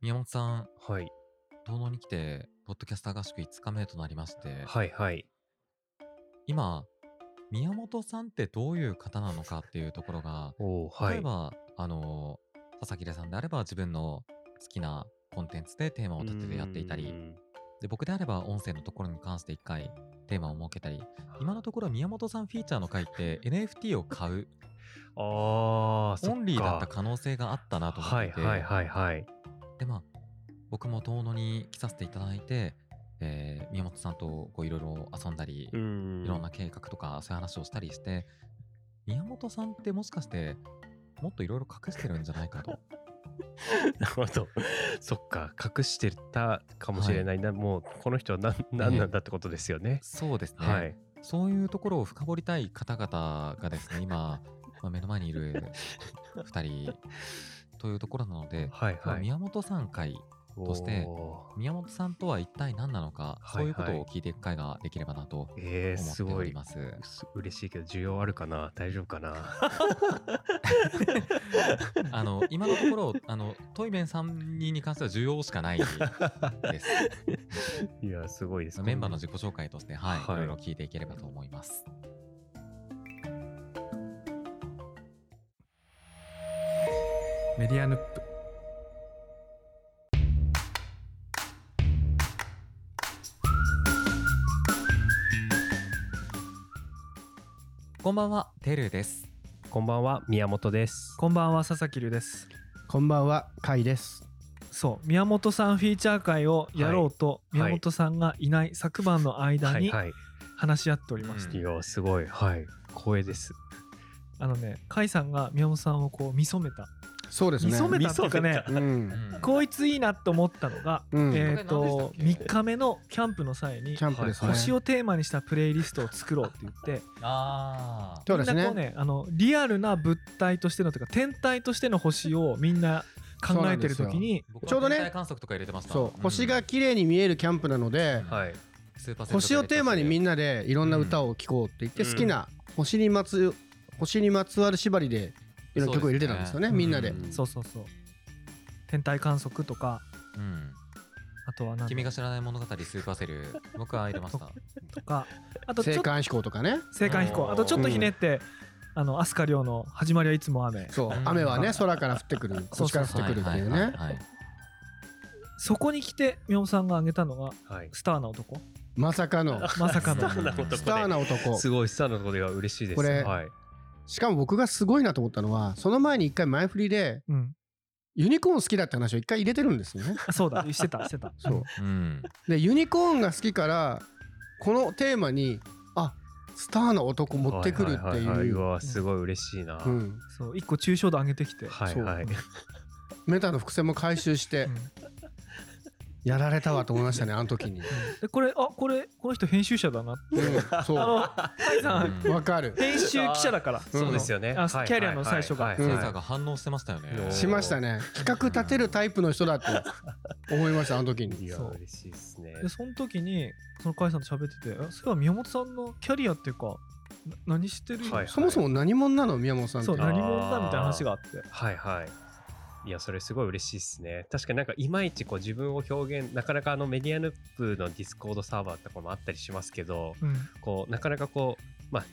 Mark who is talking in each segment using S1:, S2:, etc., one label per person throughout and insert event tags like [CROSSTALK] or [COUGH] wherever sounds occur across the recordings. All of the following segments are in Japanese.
S1: 宮本さん、
S2: はい。
S1: 東農に来て、ポッドキャスター合宿5日目となりまして、
S2: はいはい。
S1: 今、宮本さんってどういう方なのかっていうところが、
S2: おーは
S1: 例え
S2: い。
S1: ば、あの、佐々木玲さんであれば自分の好きなコンテンツでテーマを立ててやっていた
S2: うー
S1: り、
S2: ん
S1: で僕であれば音声のところに関して1回テーマを設けたり、今のところ宮本さんフィーチャーの回って NFT を買う、
S2: ああ、そっ
S1: オ
S2: か
S1: ンリーだった可能性があったなと思っていて、
S2: はいはいはいはい。
S1: でまあ僕も遠野に来させていただいて、えー宮本さんとこういろいろ遊んだり、
S2: ん [LAUGHS]
S1: いろんな計画とかそういう話をしたりして宮本さんってもしかしてもっといろいろ隠してるんじゃない
S2: [LAUGHS]
S1: かと
S2: なるほど。そっか、隠してたかもしれないな。もう、この人は何何なんだってことですよね。
S1: そうですね、
S2: はい。
S1: そういうところを深掘りたい方々がですね今、 [LAUGHS] まあ目の前にいる2人というところなので、
S2: はい
S1: 今日は
S2: はい。
S1: 宮本さん会として
S2: おー
S1: 宮本さんとは一体何なのか、
S2: は
S1: そ
S2: いはい
S1: ういうことを聞いていく会ができればなと
S2: えー、
S1: 思っ
S2: す
S1: てお
S2: ご
S1: り
S2: い。
S1: ます。
S2: す嬉しいけど、需要あるかな大丈夫
S1: [LAUGHS]
S2: かな
S3: [LAUGHS]
S1: あの今のところあのトイメンさんに関しては需要しかない
S3: [LAUGHS]
S1: です。
S2: いや、すごいです。
S1: メンバーの
S2: こ
S1: 自己紹介として、はい、
S2: はい
S1: いろいろ聞いていければと思います。
S4: メディアヌップ
S1: こんばんは、てるです。
S2: んこんばんは、宮本です。
S4: こんばんは佐々木龍です
S3: こんばんは、カイです。
S4: そう宮本さんフィーチャー会をやろうと、
S2: はいはい
S4: 宮本さんがいない昨晩の間
S2: はい
S4: に
S2: はい。
S4: 話し合っておりました、
S1: うん
S2: いや、すごい。はい。光栄です。
S4: あのね甲斐さんが宮本さんをこう見初めた、
S3: そうです
S4: 見
S3: ね。
S4: 初めたっていうか
S2: 見
S4: ね
S2: 初
S3: うん。
S4: こいついいなと思ったのが、
S3: うん
S1: こ
S4: えっ、
S1: れ何
S4: と
S1: でしたっけ
S4: 3日目のキャンプの際に
S3: キャンプですね。
S4: 星をテーマにしたプレイリストを作ろうって言って
S1: あ
S3: そうで
S4: み
S3: す
S4: んなこう
S3: ね。
S4: ねあのリアルな物体としてのというか天体としての星をみんな考えてる時に
S1: 僕は
S3: ちょうどね
S1: 天体観測とか入れてました。
S3: そう、
S1: ん
S3: 星が綺麗に見えるキャンプなので、
S2: はい。
S1: スーパーセント
S3: 星をテーマにみ
S1: なん
S3: なでいろんな歌を聴こうって言って、
S2: うん
S3: 好きな星にまつ星にまつわる縛りでいろんな曲を入れてたんですよね、
S4: そうですね
S3: みんなで。
S1: うん
S4: そうそうそう天体観測とか
S1: うん、
S4: あとは何
S1: 君が知らない物語スーパーセル、僕は入れました。
S4: とかあとちょ
S3: 青
S4: っと
S3: 函飛行とかね。
S4: 青函飛
S1: う
S4: 行
S1: ん
S4: あとちょっとひねって、あの飛鳥涼の「始まりはいつも雨
S3: そう
S1: うん、
S3: 雨はね、空から降ってくる、
S4: そう
S3: 星から降ってくるっていうね。
S1: はい。」
S4: そこに来て宮本さんが挙げたのが
S2: はい。
S4: スターな男
S3: まさかの
S4: まさかの
S1: スターな男で
S3: スターな男。
S2: すごい、スターのことが嬉しいです。
S3: これ
S2: はい。
S3: しかも僕がすごいなと思ったのは、その前に一回前振りで
S4: うん
S3: ユニコーン好きだって話を一回入れてるんですよね。
S4: あそうだしてたしてた
S3: そう。
S1: うん。
S3: でユニコーンが好きからこのテーマにあスターの男持ってくるって
S2: はははは
S3: いうう
S2: わすごい嬉しいな、
S3: うん
S4: そう一個抽象度上げてきて、
S2: はいはい
S4: そう
S3: メタの伏線も回収して
S4: うん
S3: やられたわと思いましたねあの時に、
S4: でこれあこれこの人編集者だな
S3: うん、
S4: あ
S3: そ
S4: の甲斐さん
S3: うわかる
S4: [LAUGHS] 編集記者だから
S2: そうですよね
S4: あの
S2: はい
S4: キャリアの最初が
S2: はい
S1: セン
S2: はい
S1: サ
S2: はい
S1: ーが反応してましたよね。
S2: うん
S3: しましたね企画立てるタイプの人だって思いましたあの時
S2: い
S3: に
S2: や
S4: そう
S2: 嬉しいですね
S4: でその時にその甲斐さんと喋っててあそういえば宮本さんのキャリアっていうかな何してる、
S2: はい
S3: そもそも何者なの宮本さんって
S4: そう
S2: だ
S4: 何者だみたいな話があって
S2: はいはいいやそれすごい嬉しいですね確かになんかいまいちこう自分を表現なかなかあのメディアヌップのディスコードサーバーとかもあったりしますけど
S4: うん
S2: こうなかなかこうまあ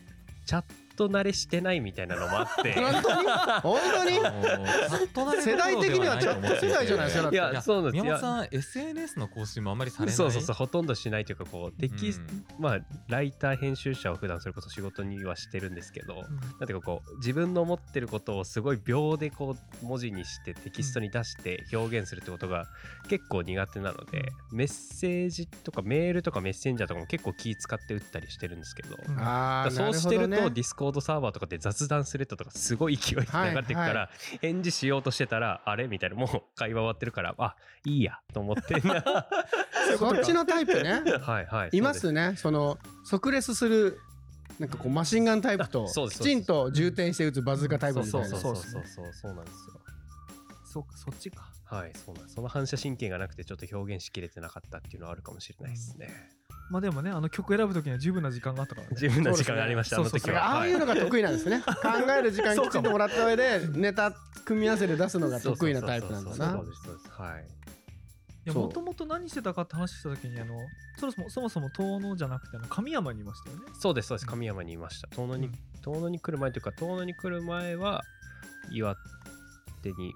S2: チャット慣れしてないみたいなのもあ
S3: [LAUGHS]
S2: って
S3: 本当に本当に世代的にはチャット世代じゃないですか
S2: いやそうなんです
S1: 宮
S2: よ
S1: 本さん SNS の更新もあんまりされない
S2: そうそうそうほとんどしないというかこうテキスト、
S1: うん
S2: まあライター編集者を普段それこそ仕事にはしてるんですけど、
S4: うん
S2: なんていうかこう自分の思ってることをすごい秒でこう文字にしてテキストに出して表現するってことが結構苦手なのでメッセージとかメールとかメッセンジャーとかも結構気使って打ったりしてるんですけど、だ
S4: う
S3: あ
S4: ん
S2: か
S3: あ
S2: らそうして
S3: な
S2: る
S3: るほ
S2: と
S3: どね
S2: ディスコードサーバーとかで雑談スレッドとかすごい勢いで流れてくから、
S3: はい
S2: 返事しようとしてたらあれみたいなもう会話終わってるからあいいやと思って
S3: [LAUGHS]
S2: は
S3: そっちのタイプね
S2: いはい
S3: いますねその即レスするなんかこうマシンガンタイプと
S2: そうです
S3: きちんと充填して打つバズーカタイプみた
S2: そ
S3: いうな
S2: そうそう
S4: そうそ
S2: そううそうそうなんですよ
S4: そうかそっちか
S2: はいそうなんですその反射神経がなくてちょっと表現しきれてなかったっていうのはあるかもしれないですね、
S4: まあでもねあの曲選ぶ時には十分な時間があったからね
S2: 十分な時間がありました、
S4: そ
S2: あ
S4: う
S2: の
S4: ですね
S2: 時
S4: そうそうそう
S2: は
S3: ああいう
S2: は
S3: のが得意なんですね考える時間きちんともらった上でネタ組み合わせで出すのが得意なタイプなんだ
S2: そ
S3: な
S2: うですそうですそうですはい
S4: や
S3: そう
S4: もともと何してたかって話した時にあのそもそもそもそも遠野じゃなくてあの神山にいましたよね
S2: そうですそうです神山にいました遠野に、
S4: うん
S2: 遠野に来る前というか遠野に来る前は岩手に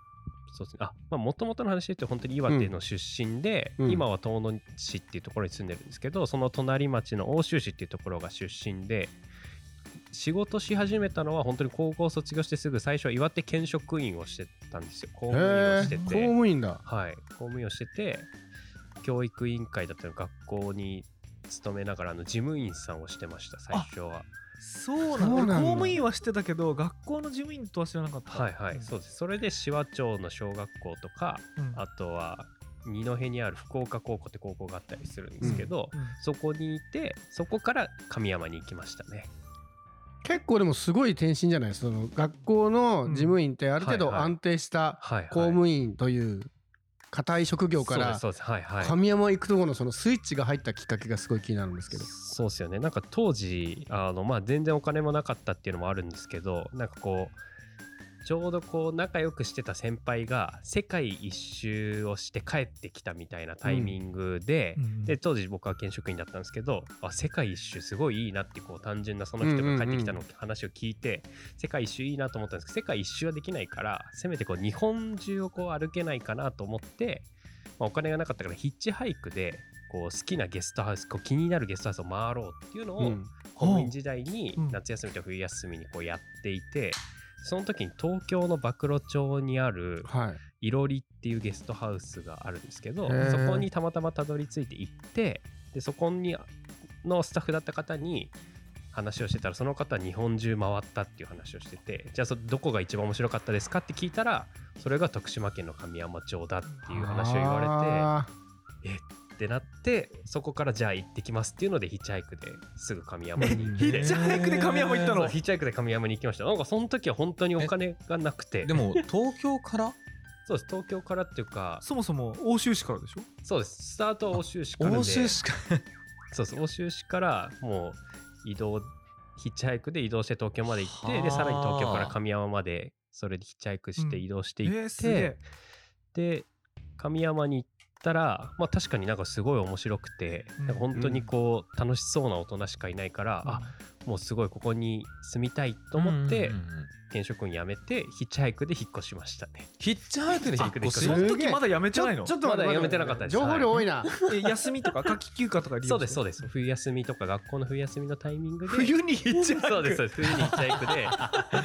S2: そうですねあまあもともとの話で言うと本当に岩手の出身で、
S3: うんうん
S2: 今は遠野市っていうところに住んでるんですけどその隣町の奥州市っていうところが出身で仕事し始めたのは本当に高校卒業してすぐ最初は岩手県職員をしてたんですよ公務員をして
S3: 公
S2: て
S3: 務員だ。
S2: はい、公務員をしてて教育委員会だったりの学校に勤めながらあの事務員さんをしてました最初は
S4: そ
S3: そ
S4: うな
S3: う
S4: の
S3: なんだ
S4: 公務員は知ってたけど学校の事務員とは知らなかった
S2: はいはい、そううですそれで紫波町の小学校とか
S4: ん、うん
S2: あとは二戸にある福岡高校って高校があったりするんですけど、
S4: うん
S2: そこにいてそこから神山に行きましたね
S3: 結構でもすごい転身じゃないその学校の事務員ってある程
S2: うんは
S3: 度
S2: いはい
S3: 安定した
S2: はい、はい、
S3: 公務員という固い職業か
S2: そうで
S3: ら
S2: すそうですはいはい
S3: 神山行くところのそのスイッチが入ったきっかけがすごい気になるんですけど。
S2: そうですよねなんか当時あの、まあ、全然お金もなかったっていうのもあるんですけどなんかこうちょうどこう仲良くしてた先輩が世界一周をして帰ってきたみたいなタイミングで、
S4: うん
S2: で当時僕は県職員だったんですけどあ世界一周すごいいいなってこう単純なその人が帰ってきたのを話を聞いて、世界一周いいなと思ったんですけど世界一周はできないからせめてこう日本中をこう歩けないかなと思って、まあ、お金がなかったからヒッチハイクでこう好きなゲストハウスこう気になるゲストハウスを回ろうっていうのを、
S3: うん
S2: 公務員時代に
S4: うん
S2: 夏休みと冬休みにこうやっていて。その時に東京の馬露町にある
S3: はい
S2: いろりっていうゲストハウスがあるんですけど
S3: へー
S2: そこにたまたまたどり着いて行ってでそこにのスタッフだった方に話をしてたらその方は日本中回ったっていう話をしててじゃあそどこが一番面白かったですかって聞いたらそれが徳島県の神山町だっていう話を言わ
S3: あ
S2: れてってなってそこからじゃあ行ってきますっていうのでヒッチハイクですぐ神
S4: [LAUGHS]
S2: 山に行っ
S4: ヒ
S2: て
S4: ッチハイクで神山行った
S2: そ
S4: の
S2: うヒッチハイクで神山に行きましたなんかその時は本当にお金がなくて
S1: でも東京から
S2: そうです東京からっていうか
S4: そもそも欧州市からでしょ
S2: そうです。スタートは奥州市からで。
S1: 欧州しか
S2: そうです。奥州市からもう移動、ヒッチハイクで移動して東京まで行っ
S1: は
S2: て、
S1: あ
S2: で、さらに東京から神山まで、それでヒッチハイクして
S4: うん
S2: 移動して
S4: え
S2: いって、
S4: ー、すげえ
S2: で、神山に行ったら、まあ確かになんかすごい面白くて、
S4: うん
S2: なんか本当にこう、楽しそうな大人しかいないから、あ、もうすごいここに住みたいと思って、
S1: うんうんうんうん
S2: 現職員辞めて、ヒッチハイクで引っ越しましたね。
S1: ヒッチハイクで引っ越し
S3: す
S4: そ
S3: げえ
S4: の時まだ辞めてないの
S3: ちょっと待っ
S2: ま
S3: て
S2: だやめてなかったです
S3: 情報量多いな。
S4: え休みとか夏季休暇とか利
S2: そ
S4: 用
S2: うです、そう
S4: う
S2: です。冬休みとか学校の冬休みのタイミングで。
S4: 冬に行っちゃう
S2: そうです、そうです。冬にヒッチハイクで。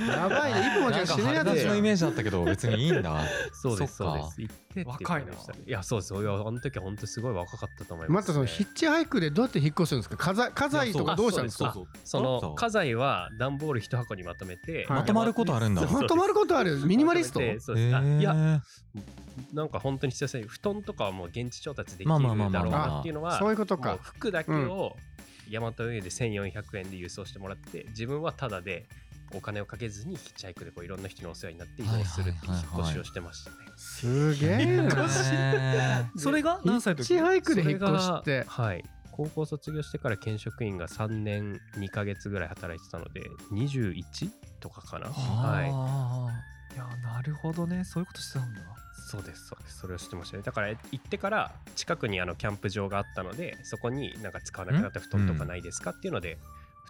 S3: やばいね。一歩間違
S1: な
S3: え
S1: んか
S3: 死ぬや
S1: 春
S3: つ
S1: 立ち
S3: じゃ
S1: のイ
S3: ん
S1: メージだったけど別にいいんだ
S2: そうです、
S1: そっ
S2: そうで
S1: か
S2: す。行ってっていう
S4: 若い
S2: 感じ
S4: な
S2: でしたねいや、そうです。いや、あの時は本当にすごい若かったと思います、ね。
S3: またそのヒッチハイクでどうやって引っ越すんですか家財家財とかどうしたんです
S2: あ
S3: か
S2: そうその家財は段ボール一箱にまとめて、
S3: はい
S1: まとまることあるんだ
S2: そう
S3: まとまることあるミニマリスト
S2: まとめてそうですあい
S1: い
S2: や、
S1: や
S2: なんか本当に必要性、布団とかはもう現地調達でき
S1: ま
S2: る
S1: あ
S2: だ
S1: まあまあまあ
S2: ろうなっていうのは、
S3: そういうこと
S2: もう
S3: か。
S2: 服だけをヤマト運輸で1400円で輸送してもらって、自分はタダでお金をかけずにヒッチハイクでこういろんな人にお世話になって移動するっていう引っ越しをしてましたね。
S3: すげえな。
S4: それが何歳の
S3: ヒッ
S4: 時
S3: チハイクで引っ越して。
S2: はい高校卒業してから県職員が3年2ヶ月ぐらい働いてたので21とかかなはい
S1: はい
S4: やなるほどねそういうことしてたんだ
S2: そうですそうですそれをしてましたねだから行ってから近くにあのキャンプ場があったのでそこになんか使わなくなった布団とかないですかっていうので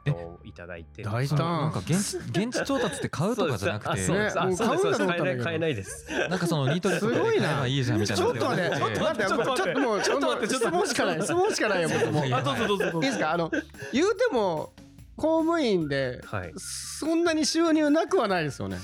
S2: 布団をいただいて
S3: 大
S1: い
S3: 胆。
S1: なんか現
S4: [LAUGHS]
S1: 地現地調達って買うとかじゃなくて
S2: そうですあそうです
S3: ね
S2: あそうです
S3: もう買うんだと思ったんだけ
S2: 買えな
S3: ど
S2: い買えないです
S1: なんかそのニートルとかで買えばいいじゃんみた
S3: ち
S1: いな
S3: ょっと待って、ちょっと待って、ちょっともう、ちょっと待って、質問しかない、質問しかないよ、僕も。い
S1: い
S3: い
S1: や
S4: あどうぞどうぞどうぞ
S3: ですか、あの、言うても、公務員で、
S2: はい
S3: そんなに収入なくはないですよね。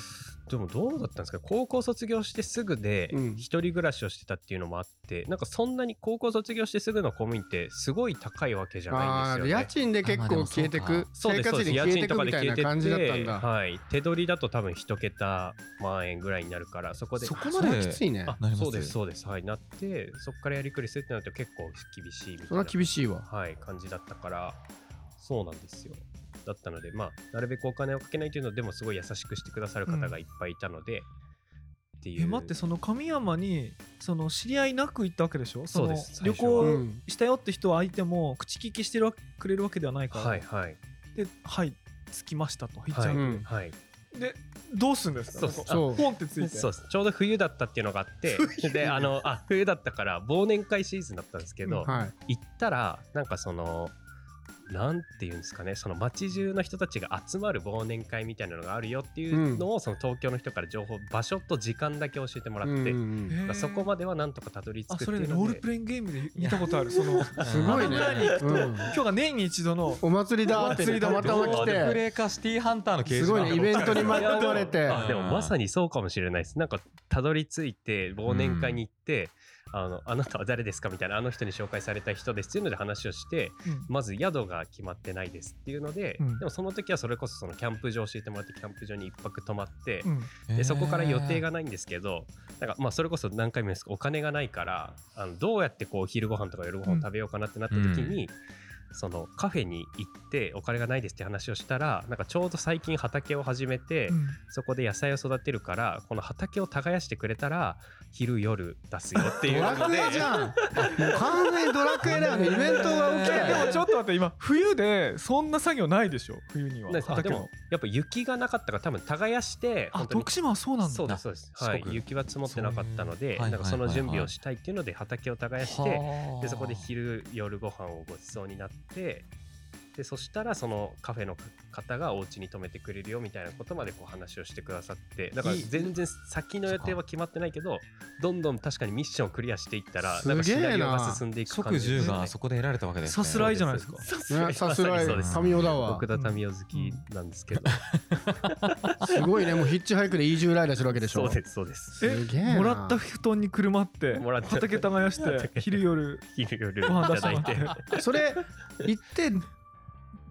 S2: でもどうだったんですか高校卒業してすぐで
S3: うん
S2: 一人暮らしをしてたっていうのもあって、なんかそんなに高校卒業してすぐの公務員ってすごい高いわけじゃな
S3: あ
S2: いん
S3: ー
S2: ですよ
S3: 家
S2: ね。
S3: 賃で結構消えて
S1: あまあで
S3: く
S1: も、
S2: そう
S3: 生
S2: です
S3: 活費で消えてくみたいな感じだったんだ。
S2: はい、手取りだと多分一桁万円ぐらいになるからそこで
S1: そこ
S3: そ
S1: ま
S3: れは
S1: で
S3: きついね。
S2: あ
S1: なります
S2: そうですそうですはいなってそこからやりくりするってなると結構厳しいみたいな
S3: それは厳しいわ。
S2: はい、感じだったから、そうなんですよ。だったので、まあ、なるべくお金をかけないというのでも、すごい優しくしてくださる方がいっぱいいたので、っていう。
S4: え待ってその神山にその知り合いなく行ったわけでしょ
S2: そう
S4: の
S2: です最
S4: 旅
S2: 初は
S3: う
S4: 行
S3: ん。
S4: したよって人は相手も口利きしてるわくれるわけではないから
S2: はいはい。
S4: ではい着きましたとヒッ
S2: は
S4: チハ
S2: い、
S4: イク
S3: うん
S2: はい。
S4: でどうするんですか
S2: そうそう
S4: なんか
S3: そう
S4: ポンってついて
S2: そうですちょうど冬だったっていうのがあってであのあ冬だったから忘年会シーズンだったんですけど、
S3: はい。
S2: 行ったらなんかそのなんていうんですかねその街中の人たちが集まる忘年会みたいなのがあるよっていうのを、その東京の人から情報場所と時間だけ教えてもらって、
S3: うんう
S2: だ
S3: ん
S4: へ
S2: か
S4: ー
S2: らそこまではなんとかたどり着く
S4: あ
S2: って
S4: それ
S2: い
S4: ね
S2: う
S4: ロ
S2: の
S4: ー
S2: で
S4: ルプレイングゲームで見たことあるその
S3: うんすごいね。
S4: 裏に行くと
S3: うん
S4: 今日が年に一度の
S3: お祭り [LAUGHS] だって言ってたまたま来
S1: ロールプ
S3: て、
S1: レイかシティーハンターの形
S3: すごいね、イベントに巻き込まれて。
S2: あでもまさにそうかもしれないですなんかたどり着いて忘年会に行って、あのあなたは誰ですかみたいなあの人に紹介された人ですっていうので話をして、
S4: うん
S2: まず宿が決まってないですっていうので、
S4: うん
S2: でもその時はそれこそそのキャンプ場教えてもらってキャンプ場に一泊泊まって、
S4: うん
S2: でそこから予定がないんですけど、なんかまあそれこそ何回も言うんですけどお金がないからあのどうやってこうお昼ご飯とか夜ご飯を食べようかなってなった時に、そのカフェに行ってお金がないですって話をしたらなんかちょうど最近畑を始めて、
S4: うん
S2: そこで野菜を育てるからこの畑を耕してくれたら昼夜出すよってい
S3: ド
S2: う
S3: ラ
S2: の
S3: ク
S2: で
S3: エじゃん。もう完全にドラクエだよね。イベントが起き
S1: え
S4: え
S1: ー
S3: て。
S4: でもちょっと待って今冬でそんな作業ないでしょ冬には
S2: ないですあで
S4: 畑の
S2: もやっぱ雪がなかったから多分耕して
S4: あ
S2: 本当に
S4: 徳島はそうなん
S2: そ
S4: だ
S2: うですそうです、
S1: 四
S2: はい
S1: 国、
S2: 雪は積もってなかったの
S1: そうい
S2: で
S1: うはい
S2: なんかそ
S1: は
S2: の
S1: いはい
S2: 準備をしたいっていうので畑を耕して、でそこで昼夜ご飯をごちそうになってでそしたらそのカフェの方がお家に泊めてくれるよみたいなことまでこう話をしてくださってだから
S3: いい
S2: 全然先の予定は決まってないけどどんどん確かにミッションをクリアしていったら
S3: す
S2: な
S3: げえ
S2: ん
S3: な
S2: かシナリオが進んでいく感
S1: 食
S2: じです
S1: 10
S2: ね
S1: がそこで得られたわけですね
S4: さすらいじゃないですか
S2: そうで
S3: ね、さす
S2: ま
S3: ら
S2: に
S3: い
S2: そうです
S3: 神尾だわ
S2: 僕。田民生好きなんですけど、
S3: すごいね、もうヒッチハイクでイージューライダーするわけでしょ。
S2: そうですそう
S4: [LAUGHS]
S2: です
S4: え
S3: すげえな
S4: もらった布団にくるまって
S2: もらった
S4: [LAUGHS] 畑耕して昼夜
S2: 昼夜い
S4: ご飯出した
S2: だ
S4: [LAUGHS] ても
S2: い
S4: ら
S2: て
S4: って
S3: それ行って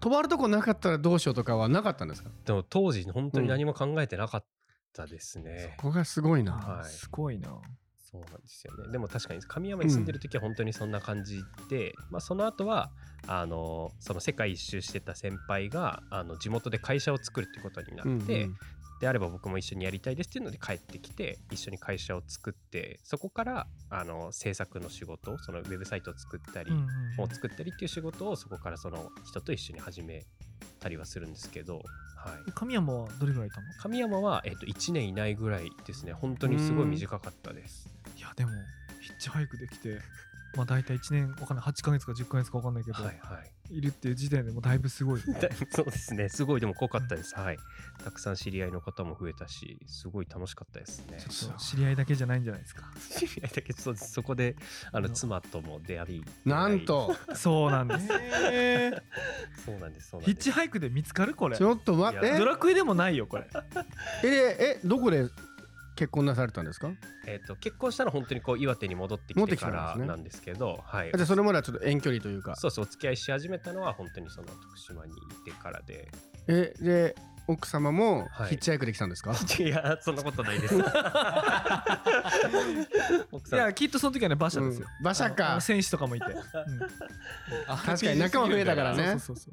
S3: 泊まるとこなかったらどうしようとかはなかったんですか
S2: でも当時本当に何も考えてなかったですね、
S3: ここがすごいな
S2: はい
S4: すごいな
S2: そうなんですよね。でも確かに神山に住んでる時は本当にそんな感じで、まあその後はあのその世界一周してた先輩があの地元で会社を作るってことになって、
S3: うんうん
S2: であれば僕も一緒にやりたいですっていうので帰ってきて一緒に会社を作ってそこからあの制作の仕事そのウェブサイトを作ったり、
S4: うんうん
S2: 本を作ったりっていう仕事をそこからその人と一緒に始めたりはするんですけど、はい、
S4: 神山はどれぐらいいたの
S2: 神山は、えっと、1年いないぐらいですね本当にすごい短かったです。
S4: いやでもヒッチハイクできてまあ大体1年わかんない8ヶ月か10ヶ月かわかんないけど、
S2: はい、はい
S4: い、るっていう時点でもうだいぶ [LAUGHS] すごい
S2: だい [LAUGHS] ぶそうですね。すごいでも濃かったです。はい。たくさん知り合いの方も増えたし、すごい楽しかったですね。
S4: ちょっと知り合いだけじゃないんじゃないですか
S2: 知り合いだけどそう [LAUGHS] ですそこであの妻とも出会い。
S3: なんと
S4: そうなんです
S2: そうなんです。そうなん
S4: ヒッ
S2: です
S4: チ。ハイクで見つかるこれ
S3: ちょっと待っ
S2: い
S3: て
S2: や
S4: ドラクエでもないよこれ
S3: えええどこで結婚なされたんですか
S2: えっ、と結婚したら本当にこう岩手に戻って
S3: 戻
S2: き
S3: って
S2: て
S3: き
S2: か
S3: たんですね
S2: らなんですけど、はい
S3: あじゃ。あそれまではちょっと遠距離というか
S2: そうそうお付き合いし始めたのは本当にその徳島に行ってから
S3: [LAUGHS]
S2: で。
S3: えで奥様も
S2: はい
S3: ヒッチハイクできたんですか、
S2: いやそんなことない
S3: [LAUGHS]
S2: です。奥
S4: い
S2: さん
S4: やきっとその時はね馬車ですよ、
S3: うん馬車か
S4: あのあの選手と
S3: [LAUGHS]
S4: かもいて、うん
S3: 確かに仲間増えたからね
S4: そうそうそうそう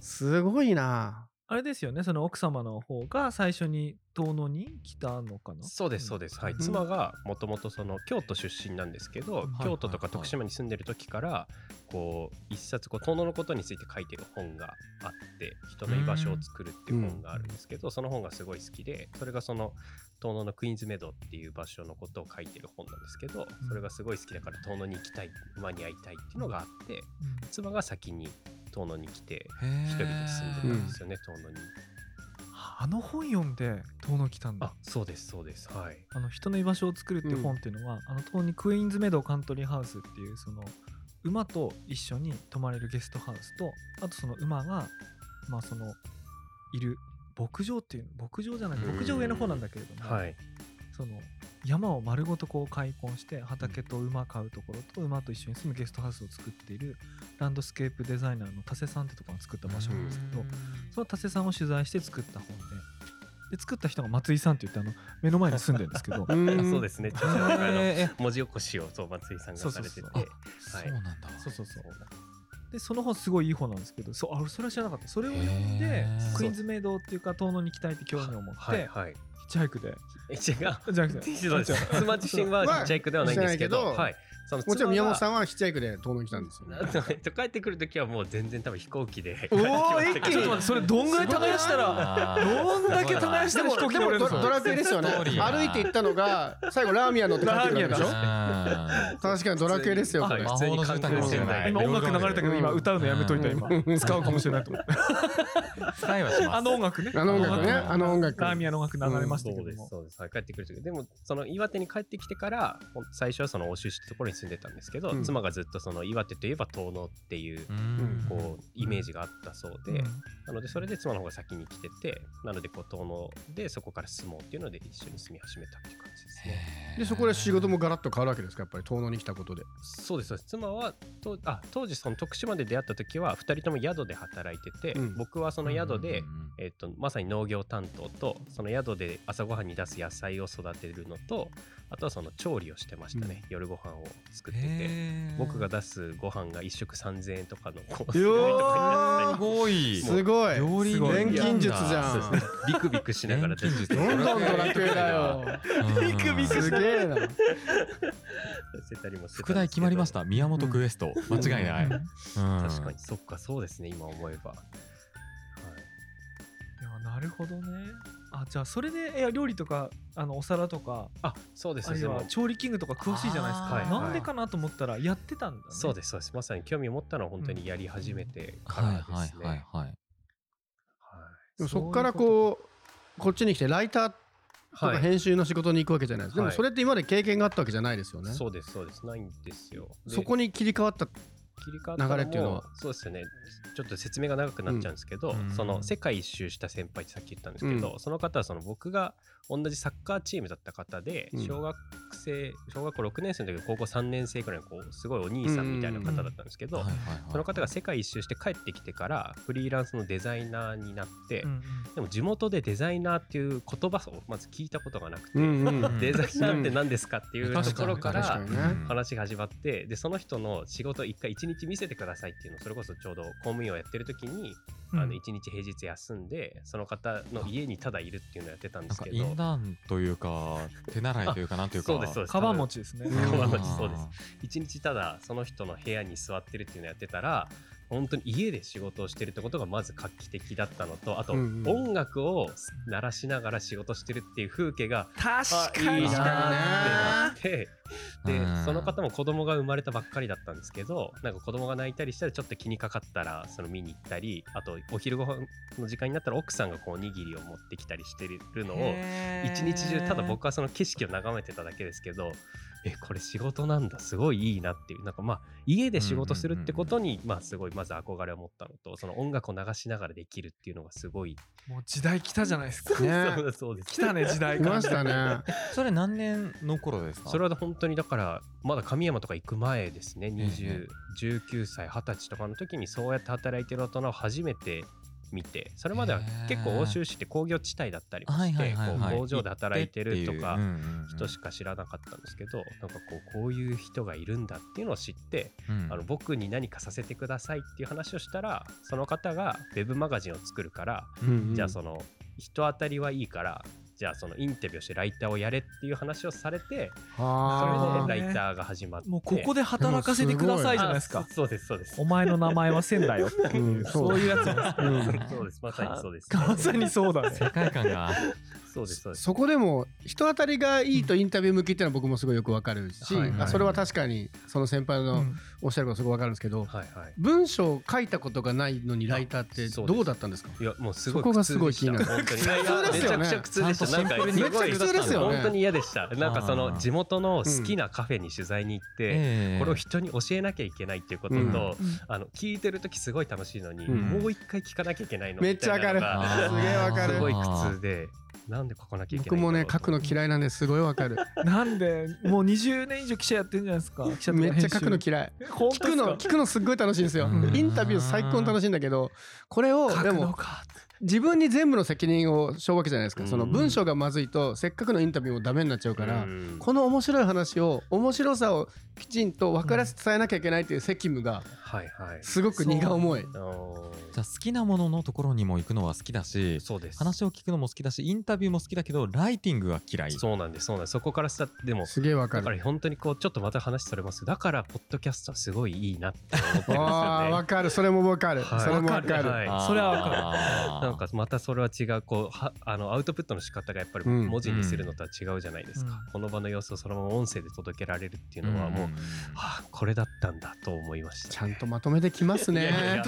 S3: すごいな
S4: あれですよねその奥様の方が最初に遠野に来たのかな
S2: そうですそうです、はい
S4: うん
S2: 妻がもともとその京都出身なんですけど、
S4: うん
S2: 京都と
S1: はいはいは
S2: か
S1: い
S2: 徳島に住んでる時からこう一冊こう遠野のことについて書いてる本があって「人の居場所を作る」っていう本があるんですけど、その本がすごい好きでそれがその遠野のクイーンズメドっていう場所のことを書いてる本なんですけど
S4: ん
S2: それがすごい好きだから遠野に行きたい馬に会いたいっていうのがあって
S4: うん
S2: 妻が先に遠野に来て
S1: 一
S2: 一人で住んでたんですよね、遠野に。
S4: あの本読んで遠野来たんだ
S2: あそうですそうですはい。
S4: あの人の居場所を作るっていう本っていうのは、あの当にクイーンズメドウカントリーハウスっていうその馬と一緒に泊まれるゲストハウスとあとその馬がまあそのいる牧場っていう牧場じゃない
S2: うん
S4: 牧場上の方なんだけれども、
S2: はい
S4: その山を丸ごとこう開墾して畑と馬飼うところと馬と一緒に住むゲストハウスを作っているランドスケープデザイナーの田瀬さんってとこが作った場所なんですけど、その田瀬さんを取材して作った本でで作った人が松井さんって言ってあの目の前に住んでるんですけど
S3: うーん
S2: そうですね。著者のあの文字起こしをそう松井さん
S4: そ
S2: がさ
S4: うそう
S2: れてて
S4: そう、
S1: そうなんだ
S4: そうそうそうでその本すごいいい本なんですけどそうあ俺それは知らなかったそれを読ん
S1: へ
S4: で
S1: ー
S4: クイーンズメイドっていうか遠野に行きたいって興味を持って、
S2: はいはい。
S4: ヒッチハイクで
S2: え違う。
S4: じゃなくて
S2: そうですスマッチシングはヒッチハイクではないんですけど、
S3: はして
S2: は
S3: ない
S2: い。その
S3: もちろん宮本さ
S2: ん。
S3: んはヒッチハイクで遠野に来たんですよ、ね。
S2: えっと帰ってくるときはもう全然多分飛行機で帰って
S4: お
S2: きま
S4: お
S2: し
S4: 一
S2: た
S4: 気
S2: け
S4: に
S2: ど。
S4: ちょっと待ってそれどんぐらい耕したら
S1: あー
S4: どんだけ耕し
S3: で
S4: たら飛
S3: も
S4: 行機
S3: で
S4: 乗
S3: も
S4: れるの
S3: ド
S1: か
S3: ドラクエですよね
S1: ストーリーが
S3: 歩いて行ったのが最後ラーミア乗って帰ってくるわけでし
S4: ラーミア
S3: ょ
S4: だ
S1: あ
S3: 確かにドラクエですよこれ
S1: 魔法の絨毯かもしれない
S4: 今音楽流れたけど今
S3: うん
S4: 歌うのやめといた今使うかもしれないと思って
S1: ー使いはします
S4: あの音楽ね
S3: あの音楽ね
S1: あ
S3: あの音楽
S4: ラーミアの音楽流れましたけ
S2: そう
S4: ど
S2: です
S4: も
S2: そうです、はい、帰ってくる時でもその岩手に帰ってきてからほん最初はその奥州市ってところに住んでたんですけど、
S3: うん
S2: 妻がずっとその岩手といえば遠野っていう
S1: う、ん
S2: こうイメージがあったそうで、
S4: うん
S2: なのでそれで妻の方が先に来ててなのでこう遠野でそこから住もうっていうので一緒に住み始めたっていう感じですね。
S1: へー
S3: [LAUGHS] でそこで仕事もガラッと変わるわけですかやっぱり遠野に来たことで。
S2: そうですそうです妻はとあ当時その徳島で出会った時は2人とも宿で働いてて、
S3: うん
S2: 僕はその宿で、
S1: うんうんうん
S2: えっとまさに農業担当とその宿で朝ごはんに出す野菜を育てるのとあとはその調理をしてましたね、夜ご飯を作ってて
S1: へー
S2: 僕が出すご飯が1食3000円とかのコース
S3: う
S2: 料理と
S3: わ
S1: す
S2: [LAUGHS] か
S1: ごい
S3: すごい
S1: 料理
S3: 錬
S1: 人
S3: 金術じ
S2: にな
S3: ゃ
S2: っ
S3: ん
S2: たり。そうですねビクビクしながら出てて
S3: どんどんドラクエだよ。
S1: うん
S4: ビクビク
S3: すげえな。
S2: せたりもしてたんですけど
S1: 副題決まりました宮本クエスト間違いない
S4: うん
S1: 確
S2: 確かにそっかそうですね今思えば、はい
S4: いやなるほどねあじゃあそれでいや料理とかあのお皿とか
S2: あそうです
S4: あるい
S2: でも
S4: は調理器具とか詳しいじゃないですか、
S2: あー
S4: なんでかなと思ったらやってたんだね
S2: そうですそうですまさに興味を持ったのは本当にやり始めてか
S1: はい
S2: ら
S1: は
S2: で
S1: い
S2: すね、
S1: はいはい
S3: でもそこからこうこっちに来てライターと
S2: は
S3: か
S2: い
S3: 編集の仕事に行くわけじゃないですか。
S2: はい
S3: でもそれって今まで経験があったわけじゃないですよね。
S2: そうですそうですないんですよで
S3: そこに切り替わった。
S2: 切り替わったも
S3: 流れっていうのは
S2: そうですよねちょっと説明が長くなっちゃうんですけど、
S1: うん
S2: その世界一周した先輩ってさっき言ったんですけど、その方はその僕が同じサッカーチームだった方で、
S3: うん
S2: 小学生小学校6年生の時高校3年生ぐらいのこうすごいお兄さんみたいな方だったんですけど、
S1: はいはいはい
S2: その方が世界一周して帰ってきてからフリーランスのデザイナーになって、
S4: うんうん
S2: でも地元でデザイナーっていう言葉をまず聞いたことがなくて、
S3: うんうん
S1: ん
S2: デザイナーって何ですかっていう
S1: うん
S2: ところか
S3: 確からにね。
S2: 話が始まってでその人の仕事を1回1日見せてくださいっていうのをそれこそちょうど公務員をやってる時に、
S4: うん
S2: あの1日平日休んでその方の家にただいるっていうのをやってたんで
S1: なん
S2: す
S1: か
S2: け
S1: イ
S2: ど
S1: ンダーンというか手習いというかなんというか
S2: そうですそうです
S4: カバン持ちですね、
S3: うん
S2: カバン
S1: あ
S2: 持
S1: ー
S2: ちそうです1日ただその人の部屋に座ってるっていうのをやってたら本当に家で仕事をしてるってことがまず画期的だったのとあと
S3: うんうん
S2: 音楽を鳴らしながら仕事してるっていう風景が
S4: 確
S2: あ
S4: か
S2: いい
S4: に
S2: なー
S4: な
S2: ってなって
S1: う
S2: で
S1: ん
S2: その方も子供が生まれたばっかりだったんですけどなんか子供が泣いたりしたらちょっと気にかかったらその見に行ったりあとお昼ご飯の時間になったら奥さんがこうおにぎりを持ってきたりしてるのを一日中ただ僕はその景色を眺めてただけですけどえこれ仕事なんだすごいいいなっていうなんかまあ家で仕事するってことにまあすごいまず憧れを持ったのとその音楽を流しながらできるっていうのがすごい
S4: もう時代来たじゃないですか
S3: ね
S2: [LAUGHS] そうそうです
S4: 来たね時代
S3: い
S4: が
S3: まし
S2: [LAUGHS]
S3: たね。
S1: それ何年の頃ですか
S2: それは本当にだからまだ神山とか行く前ですね
S1: え
S2: 2019歳20歳とかの時にそうやって働いてる大人を初めて見てそれまでは結構欧州市って工業地帯だったりも
S1: はい
S2: し
S1: はい
S2: て
S1: はい
S2: こ
S1: は
S2: う
S1: い
S2: 工場で働いてるとか人し
S1: か
S2: か知らなかったんですけどなんかこうこういう人がいるんだっていうのを知ってあの [LAUGHS] 僕に何かさせてくださいっていう話をしたらその方がウェブマガジンを作るからじゃあその人当たりはいいからじゃあそのインタビューしてライターをやれっていう話をされて
S3: あ
S2: そ
S3: ー
S2: れでライターが始まって。
S4: もうここで働かせてくださいじゃないです
S2: あ
S4: か
S2: そそうです、そうです。
S4: お前の名前は千だよっていう、
S3: うん
S4: そういうやつです
S3: うん
S2: そうです、まさにそうです。
S4: まさにそうだね
S1: 世界観が
S2: そうです、そうです。
S3: そこでも人当たりがいいとインタビュー向きっていうのは僕もすごいよくわかるし、
S2: はいはい
S3: あそれは確かにその先輩
S4: う
S3: の
S4: ん
S3: おっしゃることすごいわかるんですけど、
S2: はいはい。
S3: 文章を書いたことがないのにライターって
S2: そうです
S3: どうだったんですか
S2: いや、もうすごい
S3: そこが
S2: 苦
S3: す
S2: 痛
S3: ご
S2: で
S3: い気
S2: し
S3: になる
S2: た。本当に。
S3: 痛ですよね
S2: めちゃくちゃ苦痛でした。なんか、
S3: にめっちゃ苦痛ですよね
S2: 本当に嫌でした。なんかその地元の好きなカフェに取材に行って、これを
S1: ひ
S2: 人に教えなきゃいけないっていうこと
S3: うん
S2: と、あの聞いてる時すごい楽しいのに、
S3: うん
S2: もう一回聞かなきゃいけないの
S3: めっちゃわかる
S2: みたいなのが
S3: あーすげえわかる
S2: すごい苦痛で、なんで書かなきゃいけないん
S3: 僕
S2: だろ
S3: も
S2: う
S3: ね書くの嫌いなんですごいわかる
S4: [LAUGHS] なんでもう20年以上記者やってんじゃないですか記者とか
S3: めっちゃ
S4: 編
S3: 書
S4: 集
S3: くの嫌い
S4: 本
S3: 聞く
S4: 当ですか
S3: の聞くのすっごい楽しいんですよ
S1: うん
S3: インタビュー最高に楽しいんだけどこれを
S4: 書
S3: で
S4: くの
S3: も
S4: か
S3: 自分に全部の責任を背負うわけじゃないですか、
S2: うん
S3: その文章がまずいとせっかくのインタビューもダメになっちゃうから、
S2: うん
S3: この面白い話を面白さをきちんと分からせて伝えなきゃいけないという責務が
S2: はいはい
S3: すごく荷が重い
S2: あのー
S1: じゃあ好きなもののところにも行くのは好きだし
S2: そうです
S1: 話を聞くのも好きだしインタビューも好きだけどライティングは嫌い
S2: そうなんですそうなんですそこからスタでも
S3: すげえ分か
S2: だか
S3: る
S2: ら本当にこうちょっとまた話それますだからポッドキャストはすごいいいなって思って
S3: あー
S2: ま
S3: 分かるそれも分かる、
S2: はい
S3: それも分かる
S2: はい
S1: あー
S2: それはわかるすよねなんかまたそれは違うこうはあのアウトプットの仕方がやっぱり
S3: うん
S2: 文字にするのとは違うじゃないですか、
S4: うん
S2: この場の様子をそのまま音声で届けられるっていうのはもう、
S1: ん
S2: はあこれだったんだと思いました
S3: ちゃんとまとめてきます
S2: い
S3: ね
S2: やいやいや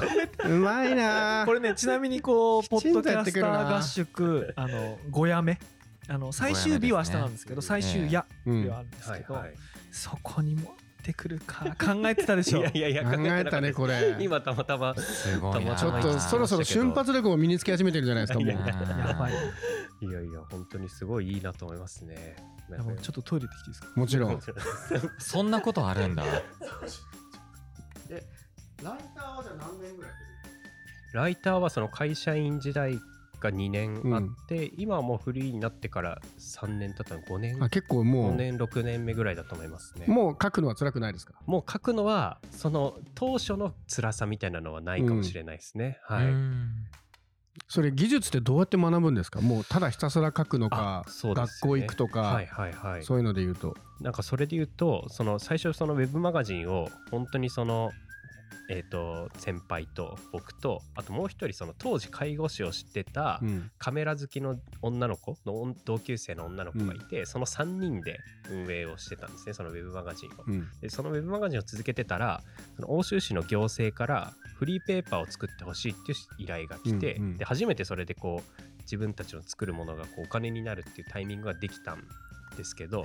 S3: うまいな
S4: これねちなみにこうポ
S3: [LAUGHS] きち
S4: ッ
S3: ん
S4: ド
S3: と
S4: キ
S3: やっ
S4: ャ
S3: て
S4: ス
S3: く
S4: タ
S3: るな
S4: ー合宿あの5夜目あの最終日は明日なんですけど
S2: 五夜
S4: 最
S1: 目ですね
S4: 終夜
S3: うん
S4: ではあるんですけど、
S2: はい
S4: そこに持ってくるか考えてたで
S3: [LAUGHS]
S4: しょ
S2: はい、いやいやいや
S3: 考えたねこれ
S2: 今たまたます
S1: ごいな
S2: ち
S3: ちょっとそろそろ瞬発力を身につけ始めてるじゃないですかも
S2: いう
S3: [LAUGHS]
S2: やいや
S4: やばい
S1: うん
S2: いやいや本当にすごいいいなと思いますね
S4: やばいちょっとトイレ行ってきていいですか
S3: もちろん
S1: そんなことあるんだ
S3: ライターはじゃ何年ぐらい
S2: ライターはその会社員時代が2年あって、今はもうフリーになってから3年経ったの5年
S3: あ結構
S2: 5
S3: もう
S2: 年6年目ぐらいだと思いますねも
S3: もう書くのは辛くないですか
S2: う書くのはその当初の辛さみたいなのはないかもしれないですね、はい、
S1: うん
S3: それ技術ってどうやって学ぶんですかもうただひたすら書くのか、
S2: あそうですよ
S3: 学校
S2: ね
S3: 行くとか、
S2: はいはいはい
S3: そういうので言うと
S2: なんかそれで言うとその最初そのウェブマガジンを本当にそのえー、と先輩と僕とあともう一人その当時介護士をしてた
S3: うん
S2: カメラ好きの女の子の同級生の女の子がいて、その3人で運営をしてたんですねそのウェブマガジンを。
S3: うん
S2: でそのウェブマガジンを続けてたらその欧州市の行政からフリーペーパーを作ってほしいっていう依頼が来て、
S3: うんうん
S2: で初めてそれでこう自分たちの作るものがこうお金になるっていうタイミングができたんですけ
S1: へ
S2: ど。